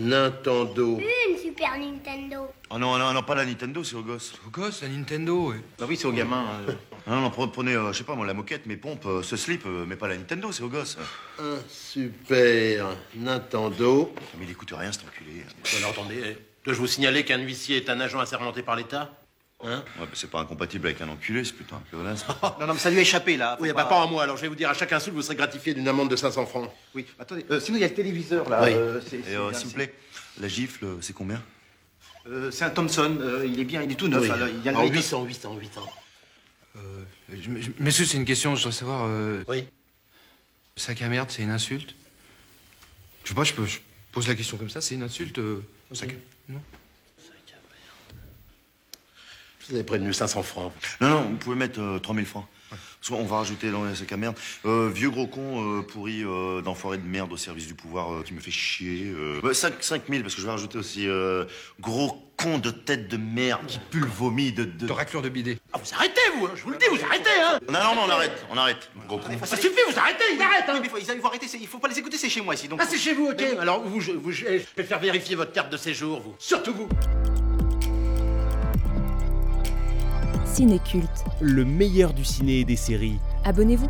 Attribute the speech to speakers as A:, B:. A: Nintendo.
B: Une Super Nintendo.
C: Oh non, non, non, pas la Nintendo, c'est aux gosses.
D: Au gosse, la Nintendo, ouais.
E: Bah oui, c'est aux gamins. hein.
C: Non, non, pre- prenez, euh, je sais pas moi, la moquette, mes pompes, euh, ce slip, euh, mais pas la Nintendo, c'est aux gosses.
A: Un super Nintendo.
C: Mais il écoute rien, cet enculé.
E: Alors attendez, eh, dois-je vous signaler qu'un huissier est un agent assermenté par l'État Hein
C: Ouais, bah, c'est pas incompatible avec un enculé, c'est plutôt un pleurelas.
E: Non, non, mais ça lui a échappé là. Oui,
F: Faut
E: bah
F: pas-
E: pas en moi, alors je vais vous dire, à chaque insulte, vous serez gratifié d'une amende de 500 francs.
F: Oui, attendez, euh, sinon il y a le téléviseur là.
E: Oui.
F: euh, c'est-
C: Et
F: c'est
C: euh,
F: bien,
C: s'il vous
F: c'est-
C: plaît, la gifle, euh, c'est combien
F: euh, c'est un Thompson, euh, il est bien, il est tout neuf.
E: Oui.
F: alors, il y a le
E: en
F: mérite-
E: 800, 800, 800.
D: Euh, je- je- messieurs, c'est une question, je voudrais savoir. euh,
E: Oui.
D: Sac à merde, c'est une insulte Je sais pas, je, peux, je pose la question comme ça, c'est une insulte euh, sac à- Non
E: Je vous avais prévenu 500 francs.
C: Non, non, vous pouvez mettre euh, 3000 francs. Soit on va rajouter dans la sac à merde. Euh, vieux gros con euh, pourri euh, d'enfoiré de merde au service du pouvoir euh, qui me fait chier. Euh, bah, 5, 5000 parce que je vais rajouter aussi euh, gros con de tête de merde qui pue le vomi de, de-
D: De raclure de bidet.
E: Ah, vous arrêtez, vous, hein, je vous le dis, vous arrêtez, hein
C: Non, non, mais on arrête, on arrête. Gros con.
E: Ça suffit, vous arrêtez, ils arrêtent,
F: Oui,
E: hein
F: mais faut- il faut arrêter, c'est- il faut pas les écouter, c'est chez moi ici. Donc...
E: Ah, c'est chez vous, ok Alors, vous, je, vous, je- je vais faire vérifier votre carte de séjour, vous. Surtout vous
G: Cinéculte.
H: Le meilleur du ciné et des séries
G: Abonnez-vous.